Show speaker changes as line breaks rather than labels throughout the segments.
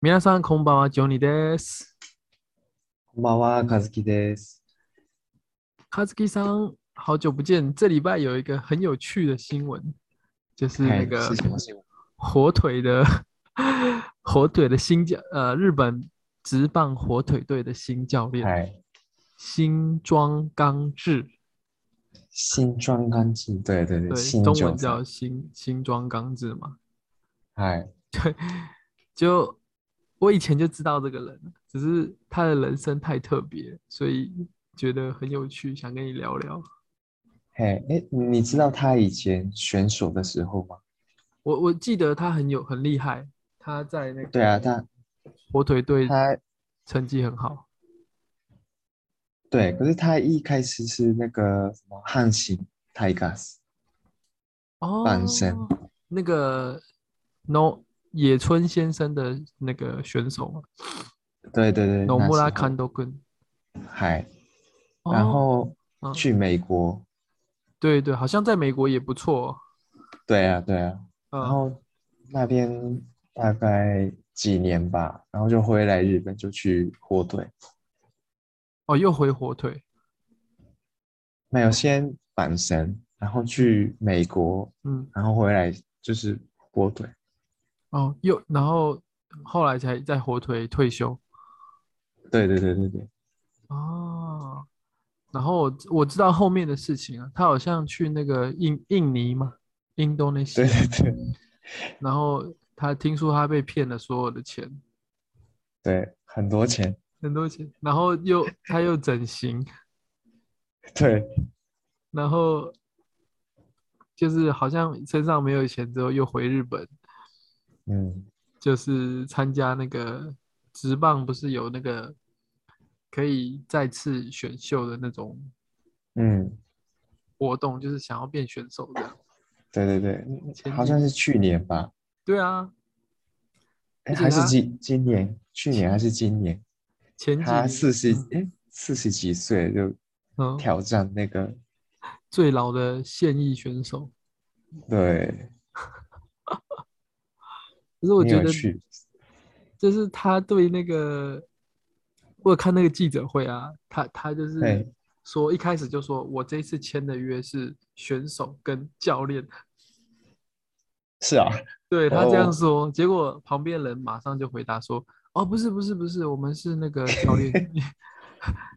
皆さん、こんばんは、ジョニーです。
こんばんは、和樹です。
卡ズ基桑，好久不见。这礼拜有一个很有趣的新闻，就是那
嗨
个
是什么新闻？
火腿的火腿的新教，呃，日本职棒火腿队的新教练
嗨，
新庄刚志，
新庄刚志，对对对，
对，
新
中
韭
文
菜
叫。新新庄刚志嘛。
嗨，
就我以前就知道这个人，只是他的人生太特别，所以觉得很有趣，想跟你聊聊。
嘿，哎，你知道他以前选手的时候吗？
我我记得他很有很厉害，他在那
对
个
啊，他
火腿队
他
成绩很好，
对，可是他一开始是那个什么汉行 Tigers，
哦，
半身
那个 No 野村先生的那个选手嘛
对对对，
，No
那
木拉
时候
坎多根，
嗨，
哦
然后
嗯
去美国，
对对，好像在美国也不错哦，
对啊对啊，
嗯、
然后那边大概几年吧，然后就回来日本，就去火腿，
哦又回火腿，
没有先阪神，然后去美国，
嗯
然后回来就是火腿，
哦又然后后来才在火腿退休，
对对对对对，
哦，然后我我知道后面的事情啊，他好像去那个印印尼嘛，印度尼西
对
亚，
对对
然后他听说他被骗了所有的钱，
对，很多钱，
很多钱，然后又他又整形，
对
然后就是好像身上没有钱之后又回日本，
嗯，
就是参加那个职棒，不是有那个可以再次选秀的那种
嗯，
活动，就是想要变选手这样。
对对对，
前
嗯好
几
像是去年吧，
对啊，
哎，
而且
还是
他
今今年，去年还是今年，
前几
他
年
四十
嗯
哎四十几岁就
嗯，
挑战那个，
最老的现役选手。
对，
可是我
你
觉
有
得，
去，
就是他对那个，我有看那个记者会啊，他他就是
对
说一开始就说我这一次签的约是选手跟教练，
是啊，
对他这样
哦
说，结果旁边人马上就回答说，哦，不是不是不是，我们是那个教练。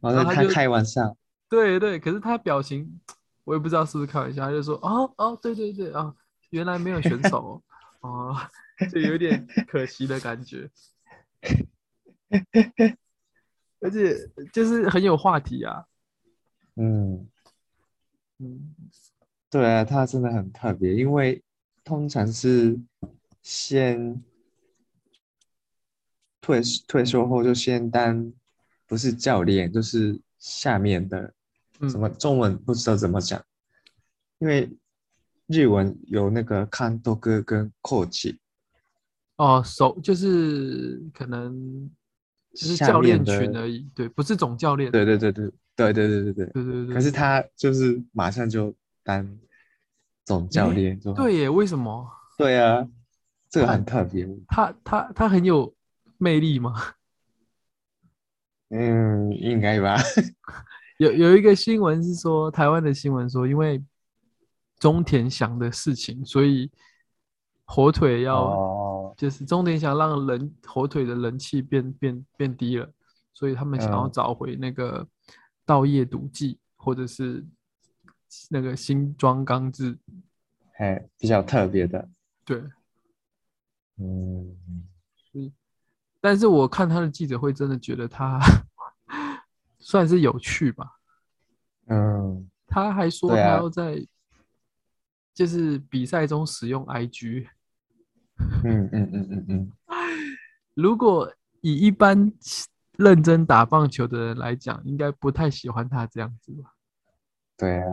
然
然后
后
他
他
就
开玩笑，
对对，可是他表情，我也不知道是不是开玩笑，他就说哦哦，对对对啊、哦，原来没有选手哦，哦，就有点可惜的感觉，而且就是很有话题啊，
嗯。
嗯，
对啊，他真的很特别，因为通常是先退退休后就先当不是教练，就是下面的
嗯
什么中文不知道怎么讲，因为日文有那个看多哥跟 coach，
哦，手就是可能就是
下
教练
面
群
的
而已，对，不是总教练，
对对对对对对对对对，
对对对，
可是他就是马上就当总教
诶
练，就很
对耶，为什么
对啊，这个
他
很特别，
他他他很有魅力吗？
嗯，应该吧。
有有一个新闻是说，台湾的新闻说，因为中田翔的事情，所以火腿要、
哦，
就是中田翔让人火腿的人气变变变低了，所以他们想要
嗯
找回那个稻叶笃纪或者是那个新庄刚志，
哎，比较特别的，
对。
嗯，
但是我看他的记者会，真的觉得他 算是有趣吧，
嗯，
他还说他
对啊
要在、就是比赛中使用 IG。
嗯嗯嗯嗯嗯，
如果以一般认真打棒球的人来讲，应该不太喜欢他这样子吧？
对啊，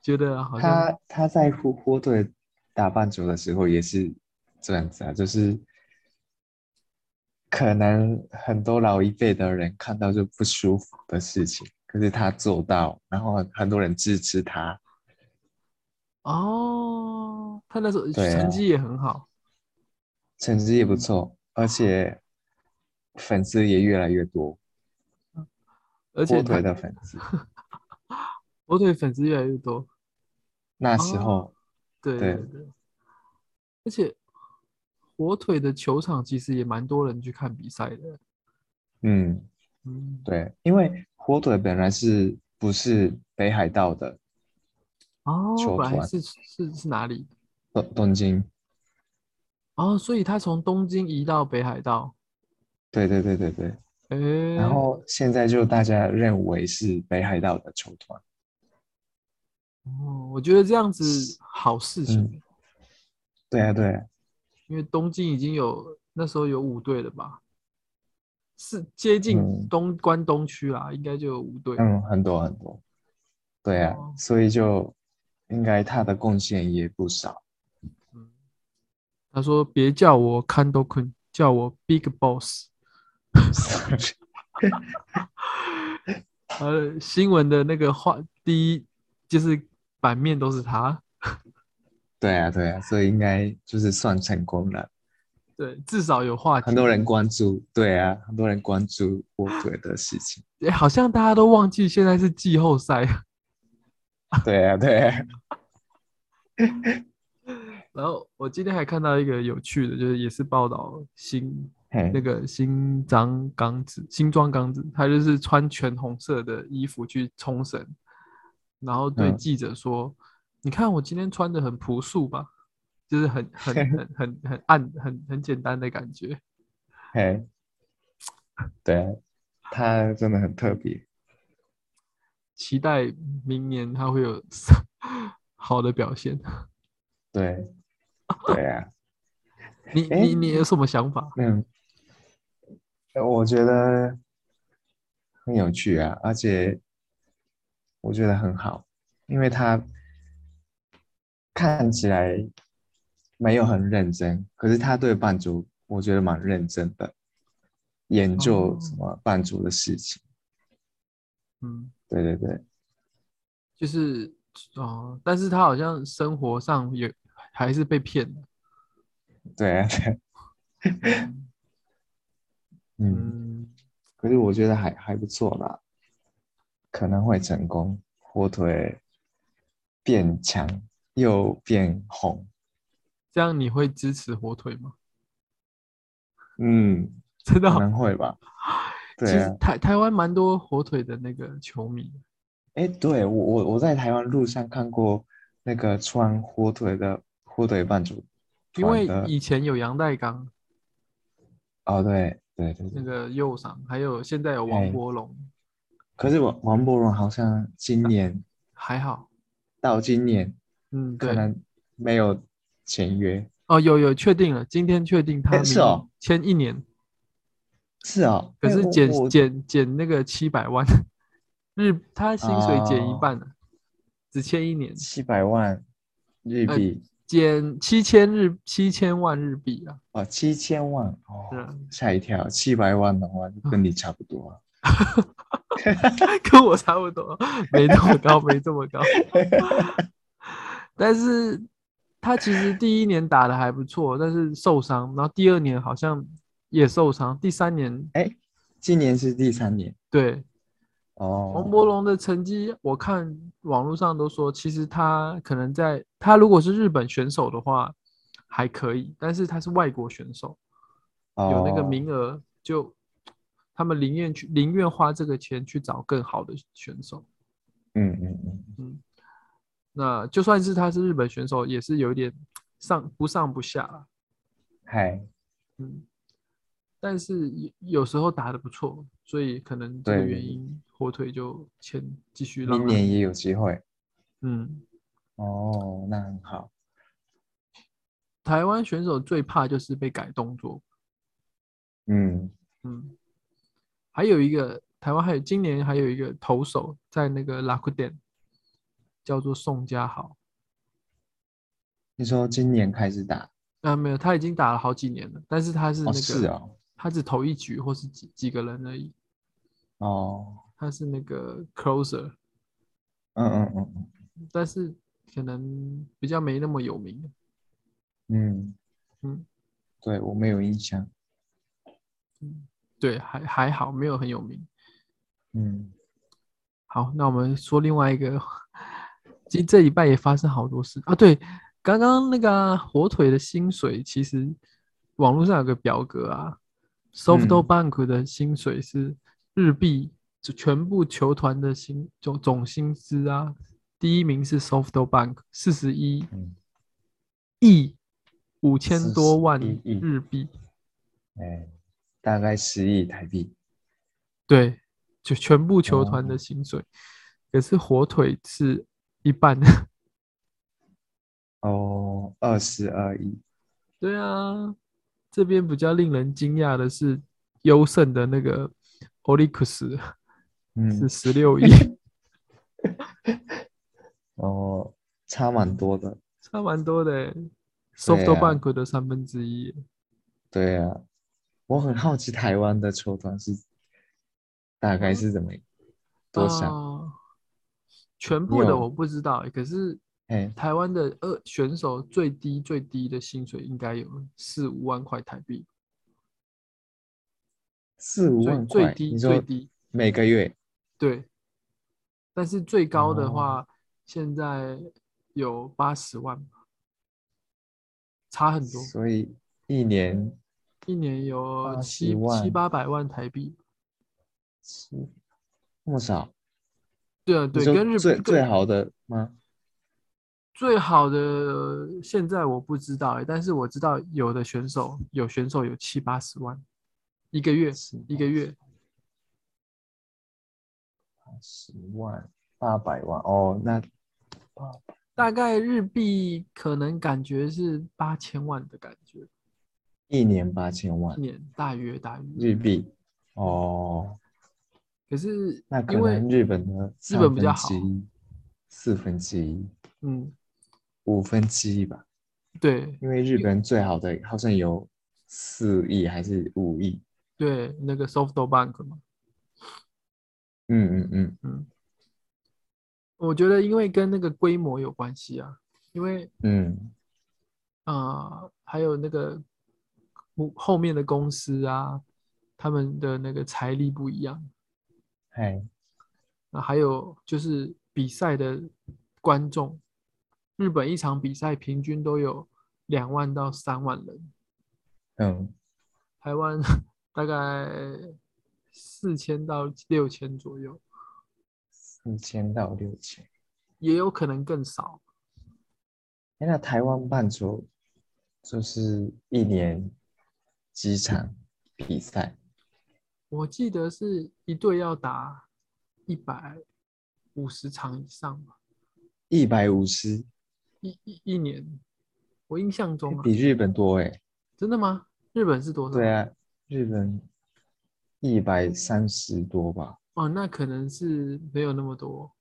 觉得好像
他他在火火腿打棒球的时候也是这样子啊，就是可能很多老一辈的人看到就不舒服的事情，可是他做到，然后很很多人支持他，
哦，他那时候
对啊
成绩也很好，
成绩也不错，而且粉丝也越来越多，
而且
火腿
他
的粉丝。
火腿粉丝越来越多，
那时
哦
候
对
对
对，而且火腿的球场其实也蛮多人去看比赛的，
嗯，
嗯，
对，因为火腿本来是不是北海道的
哦，
球
本来
团
是是是哪里？
东东京？
哦，所以他从东京移到北海道，
对对对对对。
哎，
然后现在就大家认为是北海道的球团。
哦，我觉得这样子好事情，
嗯对啊对啊，
因为东京已经有那时候有五队了吧，是接近
嗯
东关东区啦，应该就有五队，
嗯，很多很多。对啊
哦，
所以就应该他的贡献也 不少。
嗯，他说别叫我 Kando Kun，叫我 Big Boss。呃，新闻的那个话，第一就是版面都是他，
对啊对啊，所以应该就是算成功了。
对，至少有话题。
很多人关注，对啊，很多人关注火腿的事情。
诶好像大家都忘记现在是季后赛，
对啊对啊，
然后我今天还看到一个有趣的，就是也是报道新
嘿
那个新张刚子，新庄刚子，他就是穿全红色的衣服去冲绳，然后对
嗯
记者说：“你看我今天穿的很朴素吧，就是很 很很很很暗很很简单的感觉。”
嘿，对啊，他真的很特别。
期待明年他会有 好的表现。
对，对啊，
你
诶
你你有什么想法？
嗯，我觉得很有趣啊，而且我觉得很好，因为他看起来没有很认真，可是他对伴足我觉得蛮认真的，研究什
哦
么伴足的事情。
嗯，
对对对，
就是哦、但是他好像生活上也还是被骗了。
对啊，对啊，嗯，
嗯，
可是我觉得还还不错啦，可能会成功，火腿变强又变红。
这样你会支持火腿吗？
嗯，
真的
可
哦、
能会 吧。
其
对
实
啊，
台台湾蛮多火腿的那个球迷。
哎，对我我我在台湾路上看过那个穿火腿的火腿伴主
因
团
为
的，
以前有杨代刚
哦，对对对
那
对。
个右上，还有现在有王
哎
柏龙，
可是王王柏荣好像今年
还好，
到今年
嗯，对
可，能没有签约，
哦，有有确定了，今天确定他
诶是
明
哦
签一年，
是哦。
可
诶
是
我
减
我
减减那个七百万，日他薪水减一
哦
半了，只签一年，
七百万日
呃
币
减七千日七千万日币啊，
哦，七千万哦
是啊，
吓一跳，七百万的话就跟你差不多啊。
跟我差不多，没那么高，没这么高，但是他其实第一年打的还不错，但是受伤，然后第二年好像也受伤，第三年
今年是第三年
对
哦。
王柏龙的成绩，我看网络上都说，其实他可能在他如果是日本选手的话还可以，但是他是外国选手，有那个
哦
名额就他们宁愿去宁愿花这个钱去找更好的选手。
嗯嗯嗯，
那就算是他是日本选手，也是有点上不上不下啦。
嗨，
嗯，但是有有时候打得不错，所以可能这个
对
原因，火腿就签继续让
明
他
年也有机会
嗯。
哦，那很好。
台湾选手最怕就是被改动作，
嗯，
嗯，还有一个台湾还有今年还有一个投手在那个拉库点，叫做宋家豪，
你说今年开始打？
啊没有，他已经打了好几年了，但是他是那
哦，
个、
是哦，
他只投一局或是几几个人而已，
哦，
他是那个 closer，
嗯嗯嗯嗯
但是可能比较没那么有名，
嗯，
嗯
对我没有印象。
嗯，对，还还好，没有很有名。
嗯，
好，那我们说另外一个，其实这礼拜也发生好多事啊。对，刚刚那个啊、火腿的薪水，其实网络上有个表格啊，SoftBank 的薪水是日币，就全部球团的薪总总薪资啊，第一名是 SoftBank 四十一
嗯
亿五千多万
41亿
日币，
哎、大概十亿台币，
对，就全部球团的
哦
薪水，可是火腿是一半。
哦，二十二亿，
对啊，这边比较令人惊讶的是，优胜的那个 o l y c u s 是
嗯，
十 六亿，
哦，差蛮多的，
差蛮多的欸。
对啊
SoftBank 的三分之一耶，欸
对啊，我很好奇台湾的球团是大概是怎么多少？
哦全部的
有
我不知道欸，可是
哎、
台湾的二选手最低最低的薪水应该有四五万块台币，
四五
最
万
最
块，
低
你
最
说
低，
每个月
对。但是最高的
哦
话，现在有八十万吧，差很多。
所以一年
一年有
80
七七
万
八百万台币。
七那么少？
对啊，
你
对，
说
跟日
最
跟
最好的吗？
最好的现在我不知道、欸，但是我知道有的选手有选手有七八十万一个月，
是
一个月
十万八百万哦，那八百
大概日币可能感觉是八千万的感觉，
一年八千万
一年大约大约。
日币哦，
可是
那可
因为
能日本的
日本比较好
三分之一、四分之一、
嗯，
五分之一吧，
对
因为日本最好的好像有四亿还是五亿，
对，那个 SoftBank 嘛，
嗯嗯嗯，
嗯，我觉得因为跟那个规模有关系啊，因为
嗯，
呃，还有那个后后面的公司啊，他们的那个财力不一样，
嗨，
那还有就是比赛的观众，日本一场比赛平均都有两万到三万人，
嗯，
台湾 大概四千到六千左右，
四千到六千。
也有可能更少。
哎，那台湾棒球就是一年几场比赛？
我记得是一队要打一百五十场以上吧，
一百五十，
一一一年，我印象中啊。
比日本多哎、
真的吗？日本是多少？
对啊，日本一百三十多吧。
哦，那可能是没有那么多。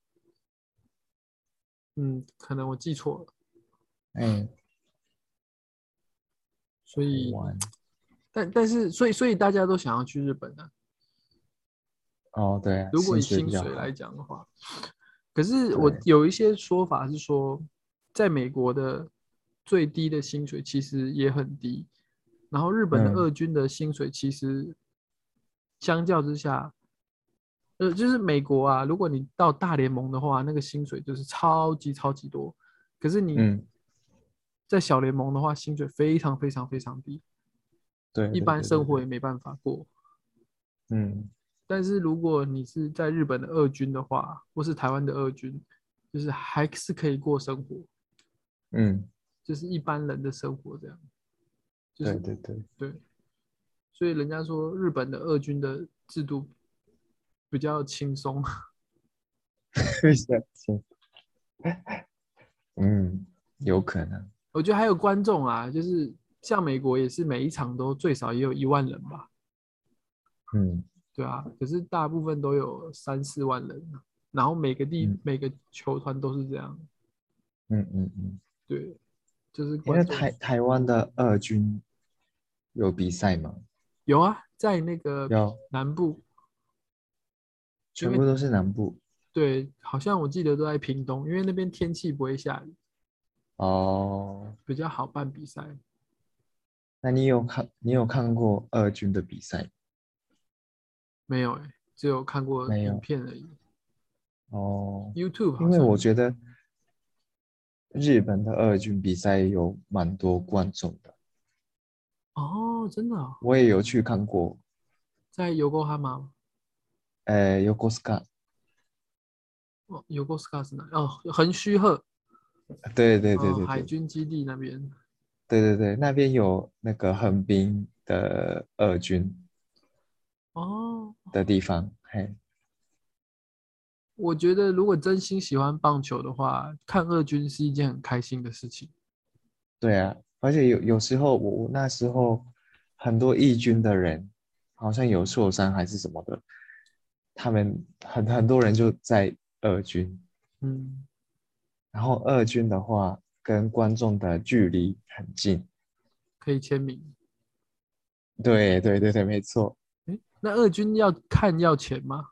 嗯，可能我记错了，
哎，
所以，
玩
但但是，所以所以大家都想要去日本啊呢、
哦，对啊，
如果以
薪水
薪
比较
水
好
来讲的话，可是我
对
有一些说法是说，在美国的最低的薪水其实也很低，然后日本的
嗯
二军的薪水其实相较之下，呃，就是美国啊，如果你到大联盟的话，那个薪水就是超级超级多，可是你
嗯，
在小联盟的话，薪水非常非常非常低，
对，
一
对
般
对
生
对
活也
对
没办法过。
嗯，
但是如果你是在日本的二军的话，或是台湾的二军，就是还是可以过生活，
嗯，
就是一般人的生活这样。就是
对对对，
对所以人家说日本的二军的制度比较轻松，
行嗯，有可能，
我觉得还有观众啊，就是像美国也是每一场都最少也有一万人吧，
嗯
对啊，可是大部分都有三四万人，啊然后每个地、
嗯
每个球团都是这样，
嗯嗯嗯。
对，就是
因为
观众
台台湾的二军有比赛吗？
有啊，在那个
有，
南部。
全部都是南部
对，好像我记得都在屏东，因为那边天气不会下雨，
哦。
比较好办比赛。
那你有看你有看过二军的比赛？
没有哎、只有看过
没有
影片而已。
哦，
YouTube 好
因为
像
我觉得日本的二军比赛有蛮多观众的，
哦，真的、哦、
我也有去看过。
在 Yokohama 吗
呃 y o k o s k a
哦 Yokosuka 是哪？哦，横须贺，
对对对
哦
对
海
对
军基地那边。
对对对，那边有那个横滨的二军
哦，
的地方，嘿，
我觉得如果真心喜欢棒球的话，看二军是一件很开心的事情。
对啊，而且有有时候我我那时候很多义军的人好像有受伤还是什么的，他们很很多人就在二军，
嗯，
然后二军的话跟观众的距离很近，
可以签名。
对对对对，没错，
诶，那二军要看要钱吗？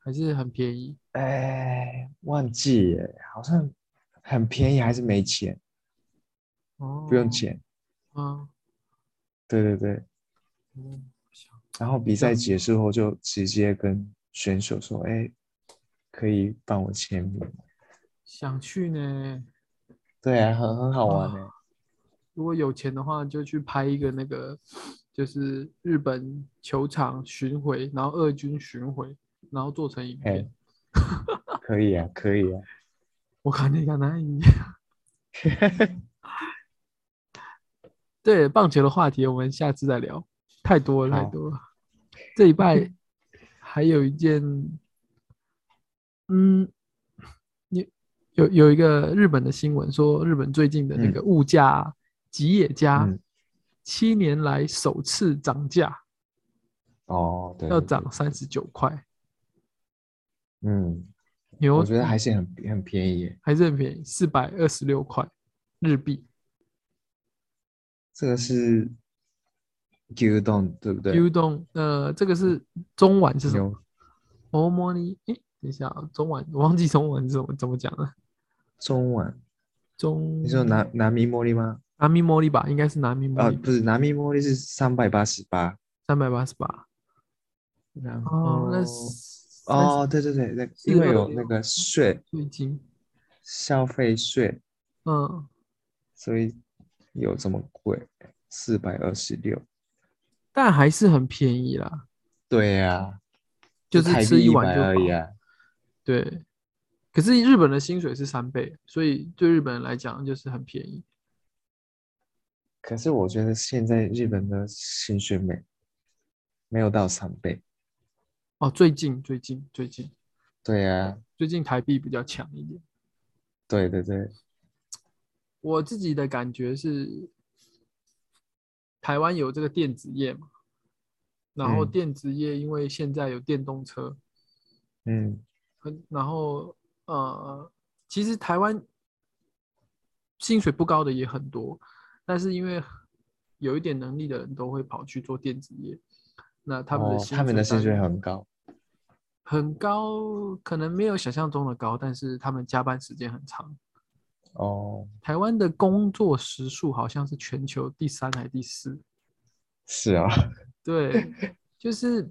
还是很便宜？
哎，忘记耶，好像很便宜还是没钱，
哦，
不用。钱，
嗯，
对对对，
嗯不想
然后比
这
赛
样
结束后就直接跟选手说，哎，可以帮我签名吗。
想去呢。
对啊，很很好玩呢、
啊如果有钱的话，就去拍一个那个，就是日本球场巡回，然后二军巡回，然后做成影
嘿
片。
可以啊，可以啊，
我看那个难 以。对棒球的话题，我们下次再聊，太多了，太
好
多了。这礼拜还有一件，嗯，有有有一个日本的新闻说，日本最近的那
嗯
个物价、吉野家、
嗯
七年来首次涨价，
哦，对，
要
对，
涨三十九块。
对嗯，
牛
我觉得还是很很便宜耶，
还是很便宜，四百二十六块日币。
这个是
嗯
牛丼对不对？
U 动，呃，这个是中晚是什么？
牛
欧摩尼，诶，等一下啊，中晚我忘记中晚是怎么怎么讲了。
中文，
中，
你说南南米茉莉吗？
南米茉莉吧，应该是南嗯米茉
啊，
莉吧
不，是，南米茉莉是三百八十八，
三百八十八。
然
哦
后，
那
哦，对对对，那因为有那个税，
最近，
消费税，
嗯，
所以有这么贵，四百二十六。
但还是很便宜啦，
对呀、
就是
台
吃
币
一
一
碗
百
就
而已
饱
啊。
对，可是日本的薪水是三倍，所以对日本人来讲就是很便宜。
可是我觉得现在日本的薪水没没有到三倍。
哦，最近最近最近
对呀、
最近台币比较强一点。
对对对，
我自己的感觉是，台湾有这个电子业嘛，然后
嗯
电子业因为现在有电动车，
嗯，
很然后呃，其实台湾薪水不高的也很多，但是因为有一点能力的人都会跑去做电子业，那他们的
哦
薪
他们的薪
单
水很高。
很高，可能没有想象中的高，但是他们加班时间很长。
哦，
台湾的工作时数好像是全球第三还第四，
是啊，
对，就是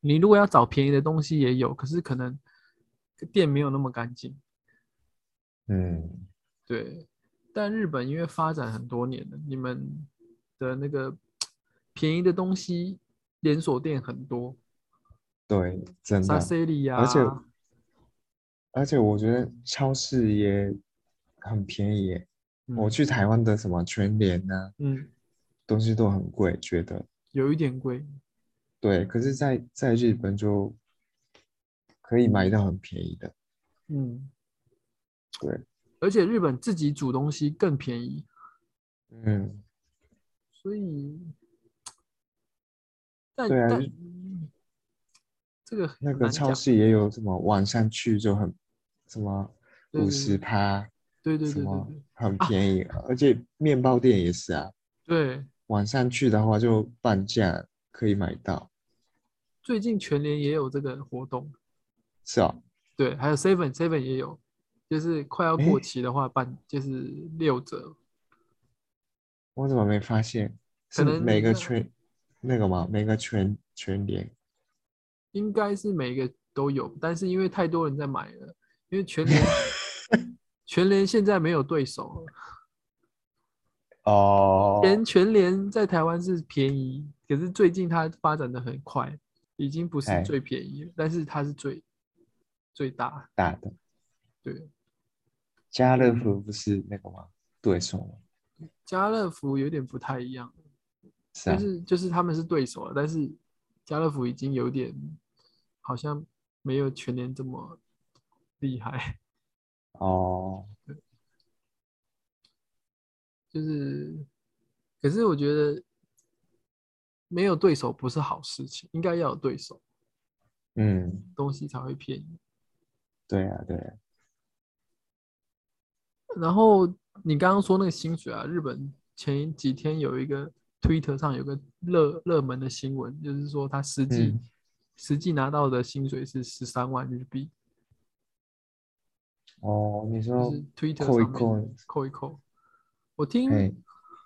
你如果要找便宜的东西也有，可是可能店没有那么干净，
嗯，
对。但日本因为发展很多年了，你们的那个便宜的东西连锁店很多，啊
对，真
沙
的。
西里呀，
而且而且我觉得超市也很便宜耶。我
嗯
去台湾的什么全联呐、啊，
嗯
东西都很贵，觉得。
有一点贵，
对，可是在，在日本就可以买到很便宜的。
嗯，
对，
而且日本自己煮东西更便宜，
嗯，
所以，但
对啊
但
日
嗯这个
那
很
个
难
超
讲
市也有什么晚上去就很什么
对
五
对
十趴，
对对
什
对
么
对
很
啊
便宜，而且面包店也是啊，
对对，
晚上去的话就半价可以买到，
最近全联也有这个活动，
是啊，
对，还有 Seven Seven 也有，就是快要过
诶
期的话办就是六折，
我怎么没发现？
可
是
能
每个
那
全那个吗？每个全全联
应该是每个都有，但是因为太多人在买了，因为全 联全联现在没有对手了，
哦，
全全联在台湾是便宜，可是最近它发展的很快，已经不是
哎
最便宜了，但是它是最最大，
大的
对。
家乐福不是那个吗？对手吗？
家乐福有点不太一样，
是啊，
就是就是他们是对手了，啊但是家乐福已经有点好像没有全联这么厉害，
哦，
就是，可是我觉得没有对手不是好事情，应该要有对手，
嗯，
东西才会便宜。
对啊，对啊，
然后你刚刚说那个薪水啊，日本前几天有一个 Twitter 上有个热热门的新闻，就是说他实际、
嗯
实际拿到的薪水是十三万日币，
哦，你
就
说
是 Twitter
扣一
上面
扣
扣一扣。我听
嘿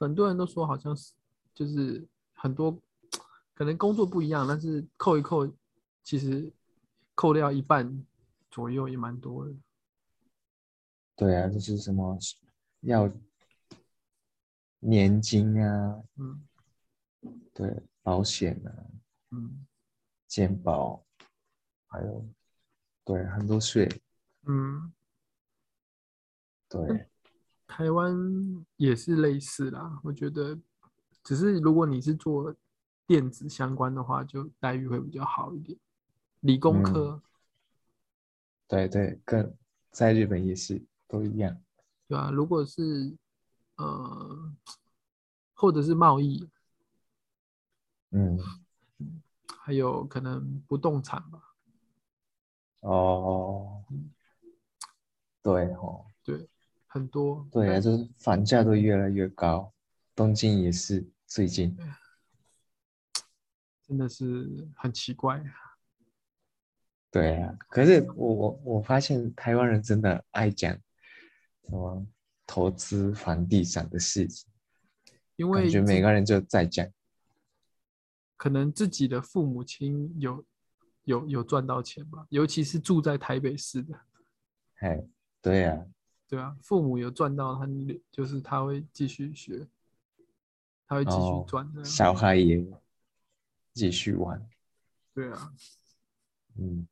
很多人都说好像是就是很多可能工作不一样，但是扣一扣，其实扣掉一半左右也蛮多的。
对啊，就是什么要年金啊，
嗯
对，保险啊，
嗯
健保，还有对很多税，
嗯，
对，
台湾也是类似啦，我觉得只是如果你是做电子相关的话，就待遇会比较好一点。理工
嗯
科、
对对，跟在日本也是都一样，
对吧、如果是呃，或者是贸易，
嗯，
还有可能不动产吧。
哦，
嗯
对哦，
对，很多。
对啊，
但
就是房价都越来越高，东京也是最近，
真的是很奇怪。
对啊，可是我我我发现台湾人真的爱讲什么投资房地产的事情，
因
感
为
觉
自
每个人就在讲，
可能自己的父母亲有有有赚到钱吧，尤其是住在台北市的，
哎，对啊，
对啊，父母有赚到，他就是他会继续学，他会继续
哦
赚的、
小孩也继续玩，
对啊，
嗯，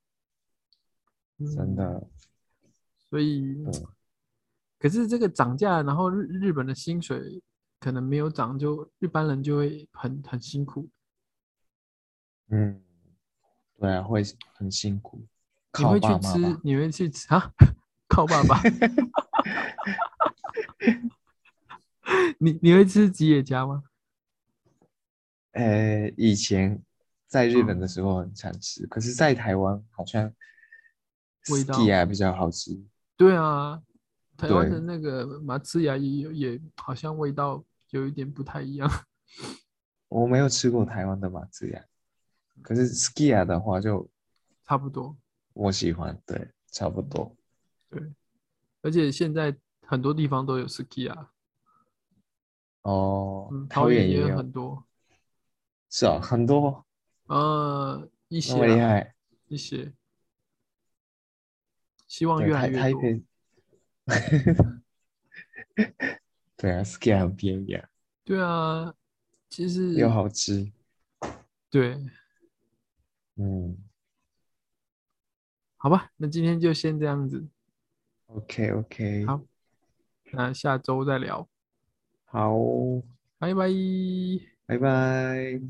真
嗯。
的，
所以，
对
可是这个涨价，然后日日本的薪水可能没有涨，就一般人就会很很辛苦。
嗯，对啊，会很辛苦，
你
靠
会去
爸妈
吃，
吧，
你会去吃啊？靠爸 爸。你你会吃吉野家吗？
呃，以前在日
嗯
本的时候很常吃，可是在台湾好像
味道
Sukiya 比较好吃，
对啊，台湾
对
的那个马刺牙也有也好像味道有一点不太一样。
我没有吃过台湾的马自牙，可是 Skia 的话就
差不多。
我喜欢，对，差不多，
而且现在很多地方都有 Skia，
哦，
嗯，
桃
桃园
园也
也
有，
很多。
是啊，很多，
呃，一些
那么厉
啦
害，
一些，希望
对，
啊越来
台
越
台
多。
北， 对啊，Skia 很便宜啊，
对啊，其实
又好吃，
对，
嗯
好吧，那今天就先这样子，
，OK OK，
好那下周再聊，
好，哦
拜拜。
拜拜。